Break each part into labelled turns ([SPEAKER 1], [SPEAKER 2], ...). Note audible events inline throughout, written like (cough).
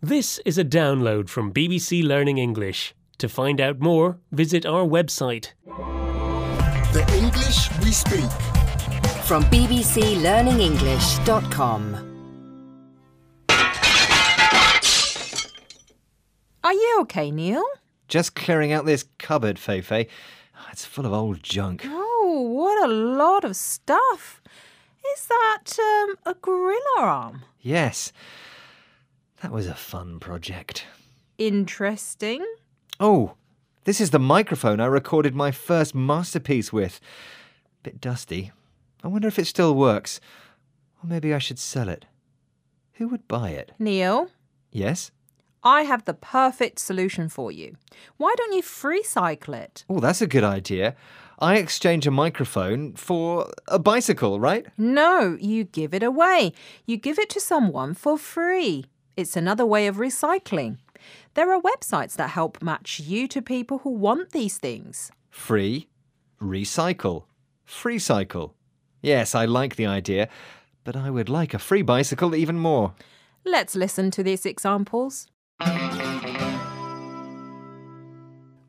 [SPEAKER 1] This is a download from BBC Learning English. To find out more, visit our website.
[SPEAKER 2] The English we speak.
[SPEAKER 3] from bbclearningenglish.com.
[SPEAKER 4] Are you okay, Neil?
[SPEAKER 5] Just clearing out this cupboard, Feifei. Ah, It's full of old junk.
[SPEAKER 4] Oh, what a lot of stuff. Is that um, a gorilla arm?
[SPEAKER 5] Yes. That was a fun project.
[SPEAKER 4] Interesting.
[SPEAKER 5] Oh, this is the microphone I recorded my first masterpiece with. Bit dusty. I wonder if it still works. Or maybe I should sell it. Who would buy it?
[SPEAKER 4] Neil,
[SPEAKER 5] Yes?
[SPEAKER 4] I have the perfect solution for you. Why don't you free cycle it?
[SPEAKER 5] Oh, that's a good idea. I exchange a microphone for a bicycle, right?
[SPEAKER 4] No, you give it away. You give it to someone for free. It's another way of recycling. There are websites that help match you to people who want these things.
[SPEAKER 5] Free, recycle, free cycle. Yes, I like the idea, but I would like a free bicycle even more.
[SPEAKER 4] Let's listen to these examples.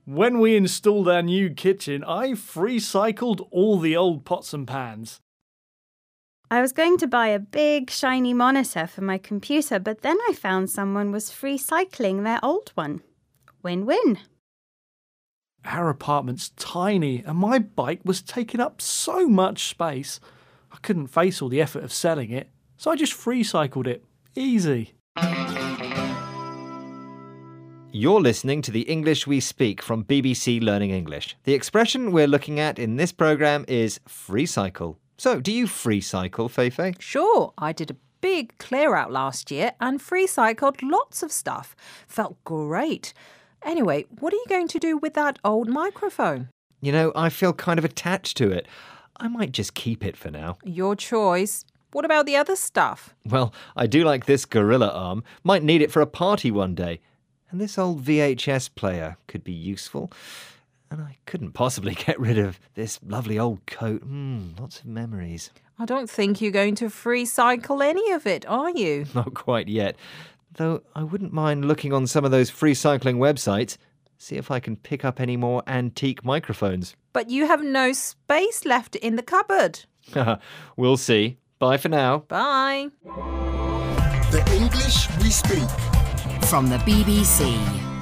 [SPEAKER 6] When we installed our new kitchen, I free cycled all the old pots and pans.
[SPEAKER 7] I was going to buy a big shiny monitor for my computer, but then I found someone was free cycling their old one. Win win.
[SPEAKER 6] Our apartment's tiny, and my bike was taking up so much space. I couldn't face all the effort of selling it, so I just free cycled it. Easy.
[SPEAKER 5] You're listening to the English we speak from BBC Learning English. The expression we're looking at in this program is free cycle. So, do you free cycle, Feifei?
[SPEAKER 4] Sure, I did a big clear out last year and free cycled lots of stuff. Felt great. Anyway, what are you going to do with that old microphone?
[SPEAKER 5] You know, I feel kind of attached to it. I might just keep it for now.
[SPEAKER 4] Your choice. What about the other stuff?
[SPEAKER 5] Well, I do like this gorilla arm. Might need it for a party one day. And this old VHS player could be useful. And I couldn't possibly (laughs) get rid of this lovely old coat. Mm, lots of memories. (laughs)
[SPEAKER 4] I don't think you're going to free cycle any of it, are you?
[SPEAKER 5] Not quite yet. Though I wouldn't mind looking on some of those free cycling websites, see if I can pick up any more antique microphones. (laughs)
[SPEAKER 4] But you have no space left in the cupboard.
[SPEAKER 5] we'll see. Bye for now.
[SPEAKER 4] Bye.
[SPEAKER 2] The English we speak.
[SPEAKER 3] From the BBC.